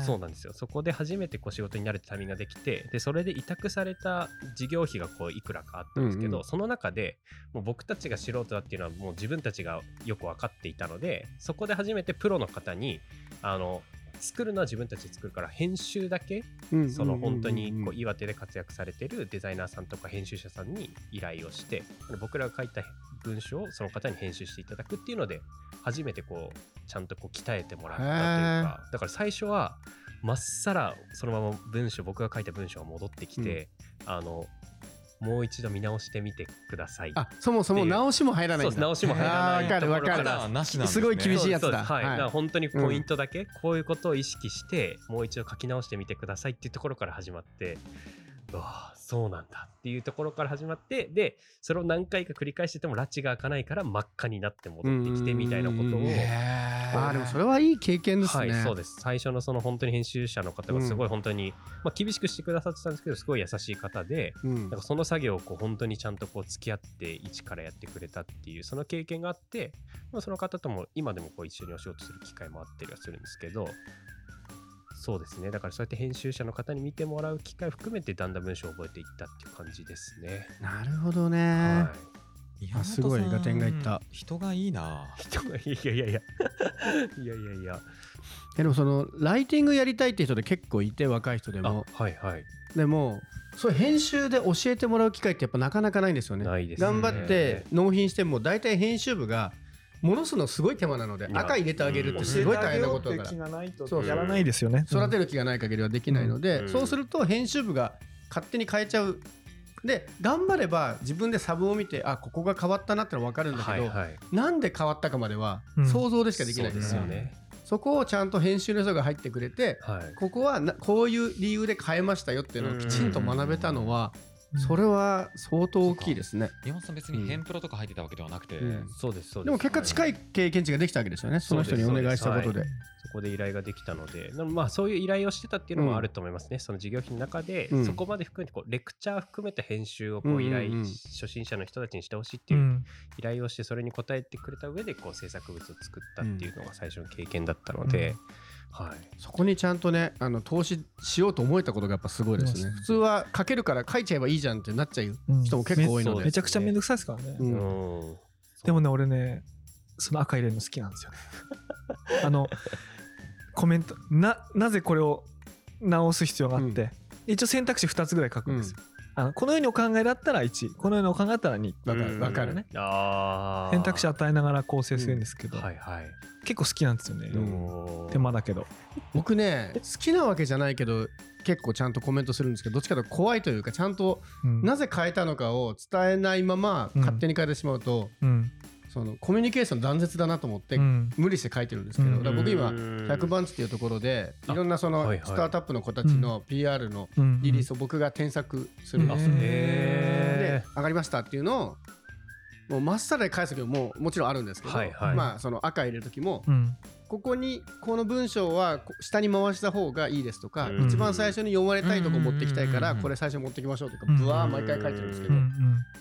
S1: え
S2: そうなんですよそこで初めてこう仕事になるってタイミングができてでそれで委託された事業費がこういくらかあったんですけど、
S3: うんうん
S2: その中でもう僕たちが素人だっていうのはもう自分たちがよく分かっていたのでそこで初めてプロの方にあの作るのは自分たちで作るから編集だけ
S3: うん
S2: その本当にこう
S3: い
S2: 岩手で活躍されてるデザイナーさんとか編集者さんに依頼をして僕らが書いた文章をその方に編集していただくっていうので初めてこうちゃんとこう鍛えてもらったというかだから最初はまっさらそのまま文章僕が書いた文章が戻ってきて、あのもう一度見直してみてください
S3: あそもそも直しも入らないん
S2: そう
S3: だ
S2: です直しも入らない
S3: あーわかるわか
S1: た
S2: とこ
S3: る
S2: ろ
S1: だ
S2: か
S1: はなしなんですね
S3: すごい厳しいやつ
S2: そ
S3: だ
S2: うですそうですはい、
S3: はい
S2: だから本当にポイントだけ、こういうことを意識してもう一度書き直してみてくださいっていうところから始まってうわあそうなんだっていうところから始まってでそれを何回か繰り返してても拉致が開かないから真っ赤になって戻ってきてみたいなこと
S3: うんうんうんうん
S2: を。
S1: へー
S3: あーでもそれはいい経験です
S2: は
S3: ね、
S2: い、そうです最初のその本当に編集者の方がすごい本当に、まあ、厳しくしてくださってたんですけどすごい優しい方で
S3: うん
S2: なんかその作業をこう本当にちゃんとこう付き合って一からやってくれたっていうその経験があって、まあ、その方とも今でもこう一緒にお仕事する機会もあったりはするんですけどそうですねだからそうやって編集者の方に見てもらう機会を含めてだんだん文章を覚えていったっていう感じですね。
S3: なるほどね、
S2: はい
S1: 宮本さん
S3: すごい合点がいった
S1: 人がいいな
S2: 人がいやいやいや [LAUGHS] いやいやいや
S3: えでもそのライティングやりたいって人で結構いて若い人で
S2: あ
S3: も
S2: はいはい
S3: でもそう編集で教えてもらう機会ってやっぱなかなかないんですよね
S2: ないですね
S3: 頑張って納品しても大体編集部が戻すのすごい手間なので
S2: いや
S3: 赤入れてあげるってすごい大変なことだからそう
S2: やらない
S4: ですよね
S3: 育てる気がない限りはできないので、
S2: うん
S3: そうすると編集部が勝手に変えちゃうで頑張れば自分でサブを見てあここが変わったなっての分かるんだけど、
S2: はいはい
S3: なんで変わったかまでは
S4: うん
S3: 想像でしかできない
S2: そう
S3: から、
S2: ですよね
S3: そこをちゃんと編集の人が入ってくれて
S2: はい
S3: ここはなこういう理由で変えましたよっていうのをきちんと学べたのはそれは相当大きいですね。
S1: 宮本さん別にヘンプロとか入ってたわけではなくて、
S3: うん
S2: そうですそうです
S3: でも結果近い経験値ができたわけですよね。その人にお願いしたことで。
S2: そこで依頼ができたので、なまあ、そういう依頼をしてたっていうのもあると思いますね、その事業費の中で、
S3: うん
S2: そこまで含めてこう、レクチャー含めた編集を
S3: う
S2: こ
S3: んう
S2: うん依頼、
S3: うん
S2: 初心者の人たちにしてほしいって
S4: う
S2: いうん依頼をして、それに応えてくれた上でこう制作物を作ったっていうのが最初の経験だったので、はい、
S3: そこにちゃんとねあの投資しようと思えたことがやっぱすごいです
S4: そう
S3: ね
S4: ですね
S3: 普通は書けるから書いちゃえばいいじゃんってなっちゃう
S4: うん
S3: 人も結構多いの
S2: そう
S3: で
S4: めちゃくちゃめんどくさいですからね、
S3: うん
S2: うん
S4: でもね俺ねその赤入れるの好きなんです
S3: [LAUGHS]
S4: よねあのコメントななぜこれを直す必要があって、一応選択肢2つぐらい書くんですよ、あのこのようにお考えだったら1このようにお考えだったら2
S3: わか
S2: う
S3: る
S2: ん
S3: わかるね
S4: ね
S2: ああ。
S4: 選択肢与えながら構成するんですけど、
S2: はいはい。
S4: 結構好きなんですよね、
S3: うん
S2: おー
S4: 手間だけど
S3: 僕ね好きなわけじゃないけど結構ちゃんとコメントするんですけどどっちかというと怖いというかちゃんと
S4: うん
S3: なぜ変えたのかを伝えないまま
S4: うん
S3: 勝手に変えてしまうと、
S4: うん
S3: そのコミュニケーション断絶だなと思って、
S4: うん
S3: 無理して書いてるんですけど、
S4: うん
S3: だから僕今
S2: うん
S3: 100番地っていうところでいろんなそ
S2: あ
S3: の
S2: はいはい
S3: スタートアップの子たちの PR の
S4: うん
S3: リリースを僕が添削するん
S4: う
S3: で
S2: あ
S3: す
S4: ん
S3: よ、
S2: へ
S3: で上がりましたっていうのをもう真っさらで返す時ももうもちろんあるんですけど、
S2: はいはい
S3: まあその赤入れる時も、
S4: うん
S3: ここにこの文章はこ下に回した方がいいですとか、
S2: うん
S3: 一番最初に読まれたいとこ持ってきたいか
S1: う
S3: ら
S1: ん
S3: これ最初持ってきましょうとか
S4: うん
S3: ぶわー毎回書いてるんですけ
S4: うんう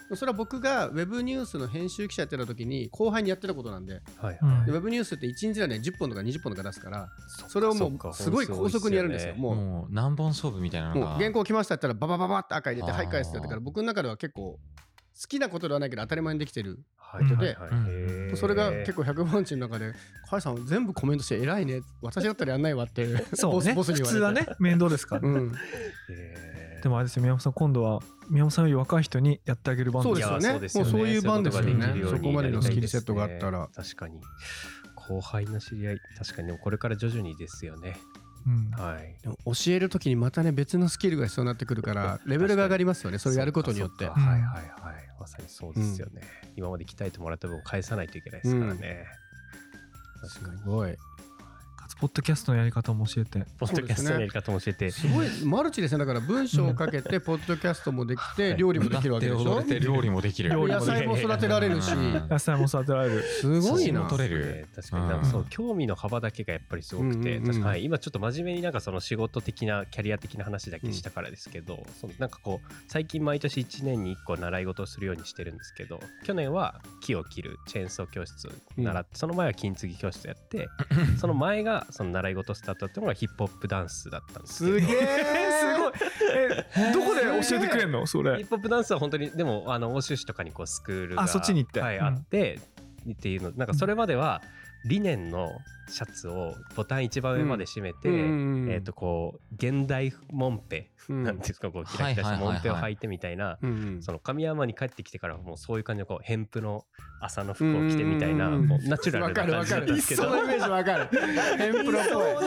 S3: ど、
S4: ん
S3: それは僕が Web ニュースの編集記者やってた時に後輩にやってたことなんで
S2: ーはい
S4: うん
S2: はい
S3: で Web ニュースって1日でね10本とか20本とか出すから
S2: っか
S3: それをも
S2: そっか
S3: うすごい高速にやるんですよ。
S2: 本
S3: もう
S1: もう何本勝負みたいなの
S3: もう
S1: が
S3: 原稿来ましたって言ったらババババって赤入れて「
S1: あー
S3: はい返す」ってやったから僕の中では結構好きなことではないけど当たり前にできてる
S2: はいはい
S3: で
S2: はい
S1: うん
S2: へー
S3: それが結構100万人の中で「カイさん全部コメントして偉いね私だったらやんないわ」って
S4: そうね
S3: ボスボス
S4: 普
S3: に言われて
S4: 通はね面倒ですからね、
S3: うん
S2: へー
S4: でもあれですよ宮本さん今度は宮本さんより若い人にやってあげる番
S3: そう
S4: 組
S3: ですよ
S2: い
S3: ね
S2: やそう
S3: もうそういう番ですよね
S2: そういうことができるように
S3: そこまでのスキルセットがあ
S2: な
S3: っ
S2: り
S3: た
S2: い
S3: ら
S2: ですね確かに。後輩の知り合い、確かに、でもこれから徐々にですよね。
S4: うん
S2: はい。
S3: でも教える時にまたね別のスキルが必要になってくるからレベルが上がりますよねそれやることによって
S2: そっかはいはいはい。まさにそうですよね。今まで鍛えてもらった分を返さないといけないですからね。
S3: す
S2: 確かに。
S3: ごい
S4: かつポッドキャストのやり方も教えて
S2: ポッドキャストのやり方も教えて。
S3: すごいマルチですねだから文章をかけてポッドキャストもでき
S2: は
S3: て
S2: い
S3: 料理もできるわけでし
S1: 歌
S3: ょ
S1: って踊れて料理もできる
S4: 料理
S3: 野菜も育てられるし
S1: うん
S4: 野菜も育てられる
S3: すごい
S1: 写真
S3: な
S1: も撮れる
S2: 確かに、なんかそう、興味の幅だけがやっぱりすごくて、
S3: うんうんうん
S2: 確かにはい今ちょっと真面目になんかその仕事的な、キャリア的な話だけしたからですけど、そのなんかこう、最近毎年1年に1個習い事をするようにしてるんですけど、去年は木を切るチェーンソー教室を習って、その前は金継ぎ教室やって、その前がその習い事スタートっていうのがヒップホップダンスだったんですけど。
S3: すげえ
S4: すごいえどこで教えてくれんのそ
S2: ヒ
S4: れ
S2: ップホップダンスは本当にでもあの欧州市とかにこうスクールが
S4: あそっちに行って
S2: はい、
S4: うん
S2: あってっていうのなんかそれまではリネンのシャツをボタン一番上まで締めて、えー、とこう現代モンペ、
S3: うん
S2: なんていうんですかこうキラキラし
S1: は
S2: た
S1: いはいはい
S2: モ
S1: はい
S2: ンペを履いてみたいな。
S3: うんうん
S2: その神山に帰ってきてからもうそういう感じのこう偏布の朝の服を着てみたいな
S3: うんうんうん
S2: こうナチュラ
S3: わ
S2: ル
S3: か
S2: な
S3: る
S2: 感
S3: わ
S2: じな
S3: か
S2: んで
S3: る
S2: すけど
S3: そのイメージわかるヘンプロっぽい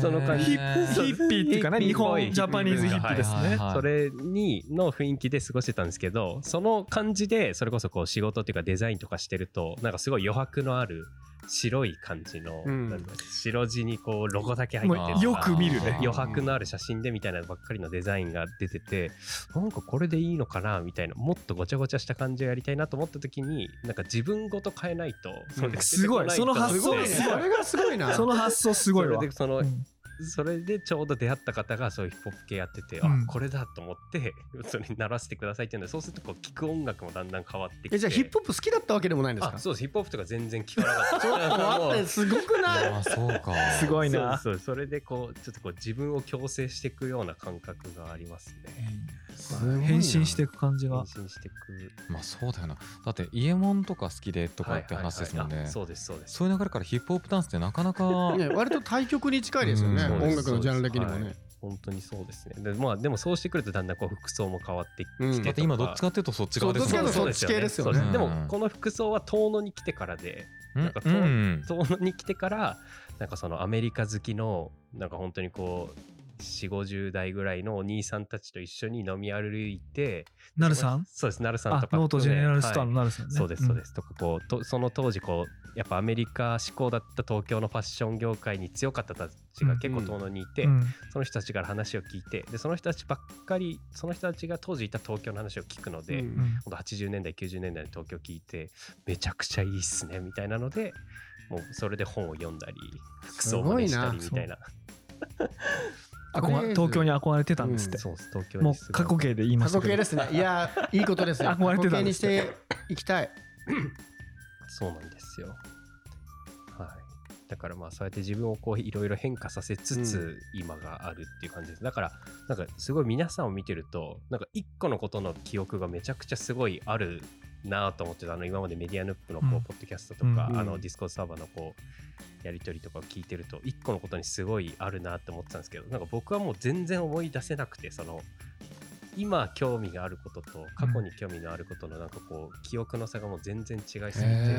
S2: その感じ
S4: ヒップ
S2: そう
S4: ヒッピーっていうかね
S2: ヒッピ
S4: 日
S2: ーっぽい
S4: 本ジャパニーズヒッピーですね
S2: それにの雰囲気で過ごしてたんですけどその感じでそれこそこう仕事っていうかデザインとかしてるとなんかすごい余白のある白い感じの、
S3: うん
S2: なんだろう白地にこうロゴだけ入
S4: も
S2: ってる
S4: うよく見るね
S1: あー
S2: 余白のある写真でみたいなばっかりのデザインが出ててなんかこれでいいのかなみたいなもっとごちゃごちゃした感じをやりたいなと思った時になんか自分ごと変えないとそれ出てこなと
S4: すごいその発
S3: すごいね
S4: 想すごい
S3: それがすごいな
S4: その発想すごいわ
S2: それでその
S4: うん
S2: それでちょうど出会った方がそういうヒップホップ系やってて、
S4: うん
S2: あこれだと思って [LAUGHS] それに鳴らしてくださいっていうのでそうするとこう聞く音楽もだんだん変わってきて
S3: えじゃあヒップホップ好きだったわけでもないんです
S2: あ
S3: か
S2: そうですヒップホップとか全然聞かなかった
S3: ちょっと待って [LAUGHS] すごくない
S1: ああそうか
S4: すごい
S2: [LAUGHS]
S4: な
S2: そうそうそれでこうちょっとこう自分を強制していくような感覚がありますね
S4: 変身していく感じ
S2: 変
S4: が
S2: 身していく
S1: まあそうだよなだってイエモンとか好きでとかって
S2: はいはいはい
S1: 話ですもん
S2: あ
S1: ね
S2: そうですそうです
S1: そういう流れからヒップホップダンスってなかなか
S3: ね、割と対極に近いですよね、
S1: うん
S3: 音楽のジャンル的にもね。
S2: 本当にそうですねで,、まあ、でもそうしてくるとだんだんこう服装も変わってきて、
S3: うん
S1: だって今どっちかっていうとそっち側です
S3: そうどっちか
S1: も
S3: と
S1: ん
S3: いうとそっち系ですよね
S2: そうで
S1: うん
S2: もこの服装は遠野に来てからで
S1: うん
S2: なんか
S1: うんうん
S2: 遠野に来てからなんかそのアメリカ好きのなんか本当にこう4 5 0代ぐらいのお兄さんたちと一緒に飲み歩いて
S4: なるさん
S2: そうですなるさん
S4: あ
S2: とか
S4: ノートジェネラルスターの
S2: はい
S4: なるさんね
S2: そうですそうです、とかこうとその当時こうやっぱアメリカ志向だった東京のファッション業界に強かった人たちが結構遠野にいて、
S4: うん
S2: その人たちから話を聞いてでその人たちばっかりその人たちが当時いた東京の話を聞くので、
S3: うん
S4: うん
S2: ほんと80年代90年代の東京聞いてめちゃくちゃいいっすねみたいなのでもうそれで本を読んだり服装を真似したりみ
S3: す
S2: たいな
S4: あこま東京に憧れてたんですって
S2: そうです東京に
S4: もう
S2: すごい
S4: 過去形で言いま
S3: 過
S4: した
S3: 去形
S4: けど
S3: ですね。いやー、いいことですよ。
S4: 憧れて
S3: 過去
S4: た
S3: 形
S4: んで
S3: に
S4: す
S3: していきたい。
S2: そうなんですよはいだからまあそうやって自分をこういろいろ変化させつつ、今があるっていう感じですだからなんかすごい皆さんを見てるとなんか一個のことの記憶がめちゃくちゃすごいあるなぁと思ってたあの今までメディアヌップのこう、
S4: うん
S2: ポッドキャストとか、
S3: うん
S2: あのディスコードサーバーのこうやり取りとかを聞いてると一個のことにすごいあるなと思ってたんですけどなんか僕はもう全然思い出せなくてその今興味があることと過去に興味のあることのなんかこう記憶の差がもう全然違いすぎて、
S3: へ
S2: は
S1: へ
S2: い、だ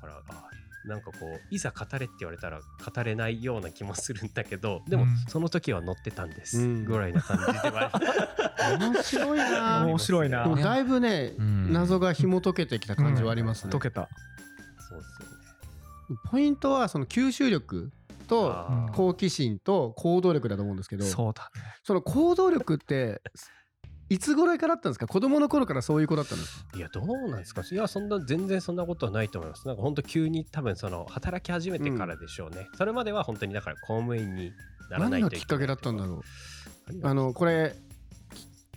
S2: からあなんかこういざ語れって言われたら語れないような気もするんだけどでも、
S4: うん
S2: その時は乗ってたんです、
S3: うん
S2: ぐらいな感じでは
S3: 面白い
S4: [LAUGHS]
S3: な
S4: 面白いな
S3: でも
S1: ね
S3: だいぶね、
S1: うん
S3: 謎が紐解けてきた感じはありますね、
S4: 解けた
S2: そうですよね
S3: ポイントはその吸収力と
S2: あー
S3: 好奇心と行動力だと思うんですけどそ
S4: そうだね
S3: の行動力っていつ頃からあったんですか子供の頃からそういう子だったんですか
S2: いやどうなんですかいやそんな全然そんなことはないと思いますなんか本当急に多分その働き始めてからでしょうね、それまでは本当にだから公務員にならな
S3: 何
S2: い
S3: が
S2: といけない
S3: きっかけだったんだろう
S2: 何が
S3: あのこれ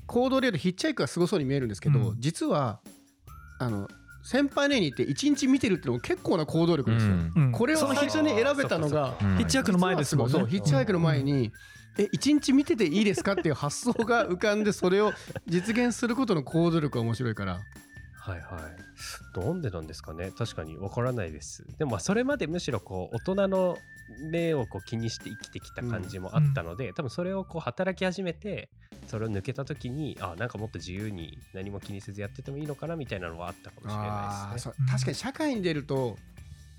S3: 行動力でヒッチハイクがすごそうに見えるんですけど、
S4: うん
S3: 実はあの先輩の家に行って一日見てるってのも結構な行動力
S1: ーう
S3: ですよ、
S1: ん
S4: うん
S3: これを最初に選べた
S2: あーそっかそ
S3: のが
S2: っか
S1: うん
S4: ヒッチハイクの前ですもんね
S3: 実はそうヒッチハイクの前に、え一日見てていいですかっていう発想が浮かんでそれを実現することの行動力が面白いから
S2: はいはい。なんでなんですかね確かにわからないです。でもまあそれまでむしろこう大人の目をこう気にして生きてきた感じもあったので、多分それをこう働き始めてそれを抜けた時にあなんかもっと自由に何も気にせずやっててもいいのかなみたいなのはあったかもしれないです
S3: そ
S2: ね。
S3: う確かに社会に出ると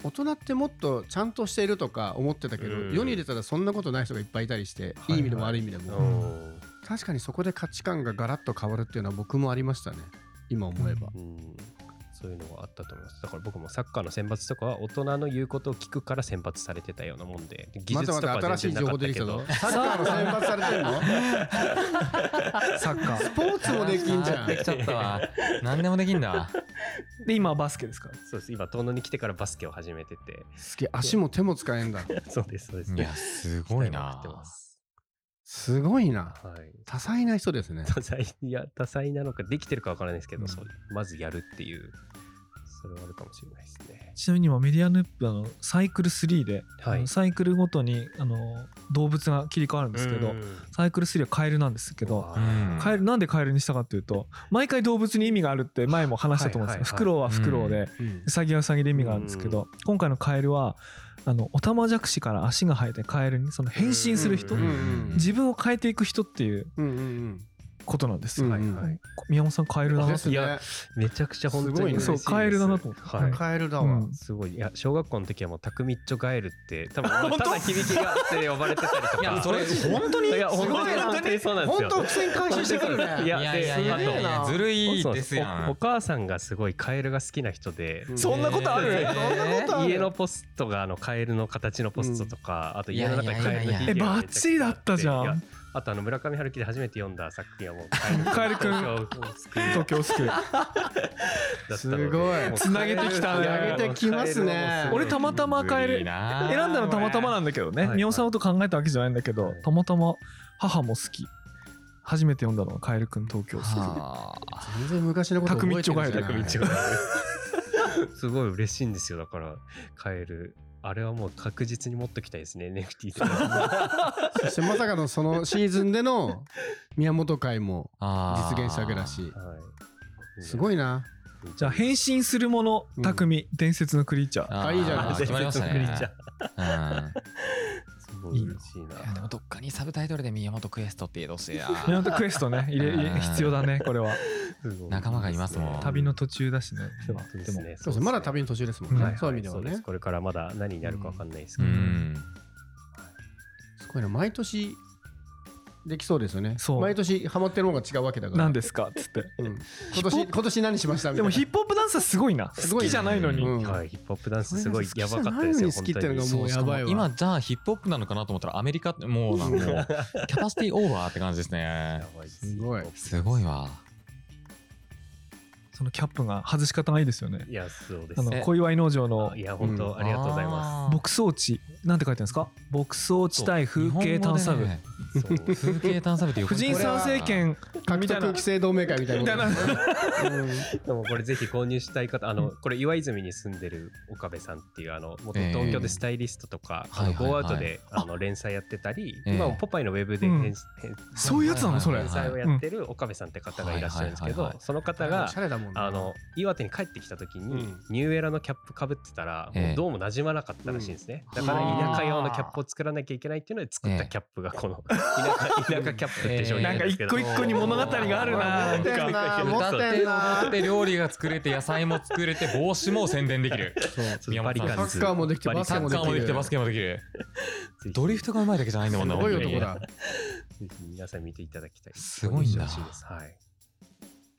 S3: 大人ってもっとちゃんとしているとか思ってたけど、
S2: うん
S3: 世に出たらそんなことない人がいっぱいいたりして、
S2: はい
S3: い、い意味でも悪い意味でも、
S2: うん
S3: 確かにそこで価値観がガラッと変わるっていうのは僕もありましたね今思えば、
S2: うんそういうのがあったと思います。だから僕もサッカーの選抜とかは大人の言うことを聞くから選抜されてたようなもんで、技
S3: また
S2: 術
S3: ま
S2: とか
S3: た
S2: は
S3: 新し
S2: 全
S3: い
S2: 然な
S3: 情
S2: か
S3: 報
S2: っ
S3: 出
S2: た
S3: て
S2: け
S3: きた
S2: ど
S3: ぞ、サッカーの選抜されてるの
S4: サッカー
S3: スポーツもできんじゃん
S1: できちゃったわ何でもできんだ
S4: で今はバスケですから
S2: そうです。今、遠野に来てからバスケを始めてて、 [LAUGHS]
S3: すげえ足も手も使えんだ
S2: そうです、そうです。
S1: いやすごいな
S2: 鍛えまくってます
S3: すごいな
S2: はい。
S3: 多彩な人ですね
S2: 多彩、いや、多彩なのか、できてるかわからないですけど、
S4: うん
S2: そうまずやるっていう、それはあるかもしれないですね。
S4: ちなみに今メディアヌップあのサイクル3で、
S2: はい
S4: あのサイクルごとにあの動物が切り替わるんですけど、サイクル3はカエルなんですけど
S1: うん
S4: カエルなんでカエルにしたかっていうと毎回動物に意味があるって前も話したと思うんですよ、
S2: はいはいは
S4: フクロウはフクロウで、
S3: うん
S4: ウサギはウサギで意味があるんですけど、今回のカエルはあのオタマジャクシから足が生えてカエルにその変身する人、
S2: うん
S3: うん
S4: 自分を変えていく人っていう
S3: うんうん
S4: ことなんですよ、
S3: うん
S2: はいはい。
S4: 宮本さんカエル
S3: う
S4: だ
S3: ん
S4: な
S3: で [LAUGHS]
S4: っ
S3: す
S4: て
S2: い
S3: ね
S2: やめちゃくちゃ本
S3: す
S2: 当
S3: ごい
S2: に嬉
S3: ね
S2: しいです。
S4: そうカエルだなと思って
S2: はい。
S3: カエルだ
S4: う
S3: わ
S4: ん
S2: すごい。いや、小学校の時はもう、タクミッチョガエルって、多分、ただ響きがあって呼ばれてたりとか。
S1: いやそれ
S3: 本当に
S2: いや、本当
S3: すごい
S2: に、
S3: な
S2: 本当にそうなんです
S3: 本
S2: よ。
S3: 当伏線回収してくるね
S2: いや
S1: いやいやいやいやいやずるいですや
S2: おお
S1: ん
S2: 母さんがすごいカエルが好きな人で、
S3: うん
S4: そんなことある
S2: えー
S3: そんなことある
S2: 家のポストがあのカエルの形のポストとか、あと家の中にカエル
S1: いやいやいやい
S2: の
S1: や
S2: フィギュアが
S4: えバッチリだったじゃ
S2: いや
S4: ん
S2: あとあの村上春樹で初めて読んだ作品はも
S4: [LAUGHS]
S2: う
S4: カエルくん
S2: 東京
S4: [LAUGHS] 東京スクール
S2: だったのです
S3: ごい
S4: 繋げてきたね
S2: もうカエル
S3: 繋げてきますね
S2: カエルもうすごい
S4: 俺たまたまカエル
S1: いい
S4: 選ん
S1: な
S4: だのたまたまなんだけど
S2: はい
S4: ね
S2: はい
S4: 宮本さんのこと考えたわけじゃないんだけど、
S2: はい
S4: たまたま母も好き初めて読んだのはカエルくん東京スクール
S1: はあ
S3: 全然昔のこと覚えてるじゃ
S4: タク
S3: な
S4: ミ
S3: い
S4: ッチ
S2: 違う [LAUGHS] すごい嬉しいんですよだからカエルあれはもう確実に持っときたいですね NFT とか
S3: [LAUGHS] そしてまさかのそのシーズンでの宮本会も
S1: あー
S3: 実現したわけだし
S2: はい
S3: すごいな
S4: じゃあ変身するもの
S3: うん
S4: 匠伝説のクリーチャー
S1: あ
S3: あいいじゃない
S1: ー決まりましたね
S4: [LAUGHS]
S2: 伝説
S1: う
S2: の
S1: ん
S2: すごい嬉しい
S1: いやでも
S2: な。
S1: どっかにサブタイトルで宮本クエストって言えてほしいな
S4: 宮本クエストね入れ入れ
S1: うん
S4: 必要だねこれは
S1: 仲間がいますもん
S4: 旅の途中だしね
S2: 本当ですね。
S3: そうですねまだ旅の途中ですもん
S4: は
S3: ね
S4: い
S3: そういう意味では
S2: そ
S3: ね
S2: すこれからまだ何になるかわかんないです
S1: う
S2: けど。
S1: ん
S3: すごいな毎年できそうですよね
S4: そう
S3: 毎年ハマってるものが違うわけだから
S4: 何ですかっつって
S3: うん今年今年何しましたみた
S4: で
S3: い
S4: も
S3: な
S4: ヒップホップダンスはすごいな
S3: す
S4: 好
S3: ごいね
S4: きじゃないのに、
S3: うん
S2: はい、ヒップホップダンスすごいやばかったで
S3: そ
S2: す
S3: れ
S2: よ。
S3: が好きじゃないのに好きって
S2: 本
S3: のがもうやばいわ
S1: 今じゃあヒップホップなのかなと思ったらアメリカってもうなんかもうキャパシティオーバーって感じです
S2: 当
S1: ね
S2: にやばいです
S3: すごい
S1: すごい。わ
S4: そのキャップが外し方がいいですよね
S2: いや、そうで
S4: あ
S2: す
S4: の
S2: ね。
S4: 小祝農場の
S2: いや、本当ありがとうございま
S1: あー
S4: 牧草地なんて書いてあるんですか牧草地帯風景探査部、
S1: 日本語でね
S2: す。そう
S1: 風景探査部ってよく
S4: 婦 [LAUGHS] 人参政権
S3: 獲
S4: みたい
S3: 得
S4: な
S3: 規制同盟会みたいなもんですねうん
S2: でもこれぜひ購入したい方、あの、これ岩泉に住んでる岡部さんっていう、あの、元
S1: ええ
S2: 東京でスタイリストとか、あの
S1: はいはいはい
S2: ゴーアウトであの連載やってたり、
S1: ええ
S2: 今ポパイのウェブで
S4: うん
S2: 編編
S4: そういうやつなのそれ
S2: 連載をやってる岡部さんって方がいらっしゃるんです
S1: は
S2: け
S1: いはいはいは、
S2: ど
S1: い
S2: その方が
S3: おしゃれだもんな
S2: あの岩手に帰ってきた時に、
S3: うん
S2: ニューエラのキャップかぶってたら、
S1: ええ
S2: もうどうもなじまなかったらしいんですね、
S1: うん
S2: だから
S1: はあ
S2: 田舎用のキャップを作らなきゃいけないっていうので作ったキャップがこの、田舎田舎キャップって商品
S4: なんか
S2: ですけ
S4: 一
S2: ど
S4: 個一個に物語があるな
S3: 持ってんな
S2: なん
S3: 持
S2: か
S3: ってんな
S1: で料理が作れて野菜も作れて帽子も宣伝できる
S2: そう
S1: 宮本さん
S2: バリカンズ
S3: サッカーもできて
S2: バリカンズ
S1: サッカーもできてバスケもできるドリフトがうまいだけじゃないんだもん
S3: す
S1: な
S3: ごい
S1: 本当
S3: 男
S1: に
S3: だ
S2: ぜひ皆さん見ていただきたい。
S1: すごいんだ
S2: 購入してほしいですはい。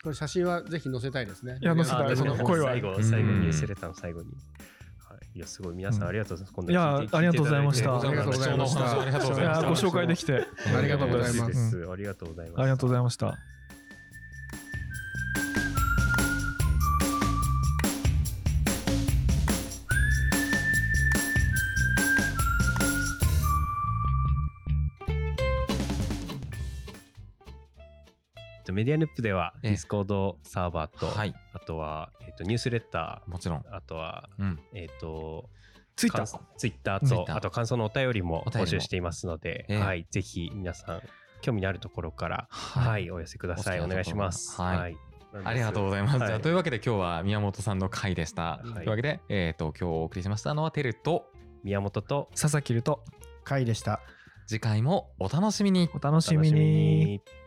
S3: これ写真はぜひ載せたいですね
S4: いや載せたい
S2: あ
S4: その
S2: でも
S4: 声は
S2: 最後、最後にニュースレターの最後に。はい、いや、すごい、皆さんありがとうございます。こんなに聞て
S4: いやありがとうございました
S2: 聞て
S1: ありがとうございまし
S2: 貴重なお話
S1: たありがとうご
S4: い
S1: ざいま
S4: や
S1: し
S4: ー
S1: た
S4: ご紹介できて
S3: ありがとうございます
S2: ですありがとうございます。
S4: ありがとうございま [LAUGHS] した。
S2: メディアヌップでは、
S1: え
S2: デ
S1: え
S2: ィスコードサーバーと、
S1: はい
S2: あとは、えっと、ニュースレタ
S1: もちろん
S2: ー、あとは、
S1: うん
S2: えっと、
S4: ツイッター
S2: 感ツイッター
S1: ツイッ
S2: と、
S1: ター
S2: あと感想のお便りも
S1: お便りも
S2: 募集していますので、
S1: ええ
S2: はい、ぜひ皆さん、興味のあるところから、
S1: は
S2: はい、お寄せください。
S1: お
S2: お
S1: 好きなところ
S2: 願いします。
S1: はい
S2: い。
S1: ありがとうございます。
S2: はい
S1: じゃあというわけで今日は宮本さんの回でした。
S2: はい
S1: というわけで、えー、と今日お送りしましたのはテルと
S2: 宮本と、
S4: 佐々木ると
S3: 回でした
S1: 次回もお楽しみに。
S4: お楽しみに。
S2: お楽しみ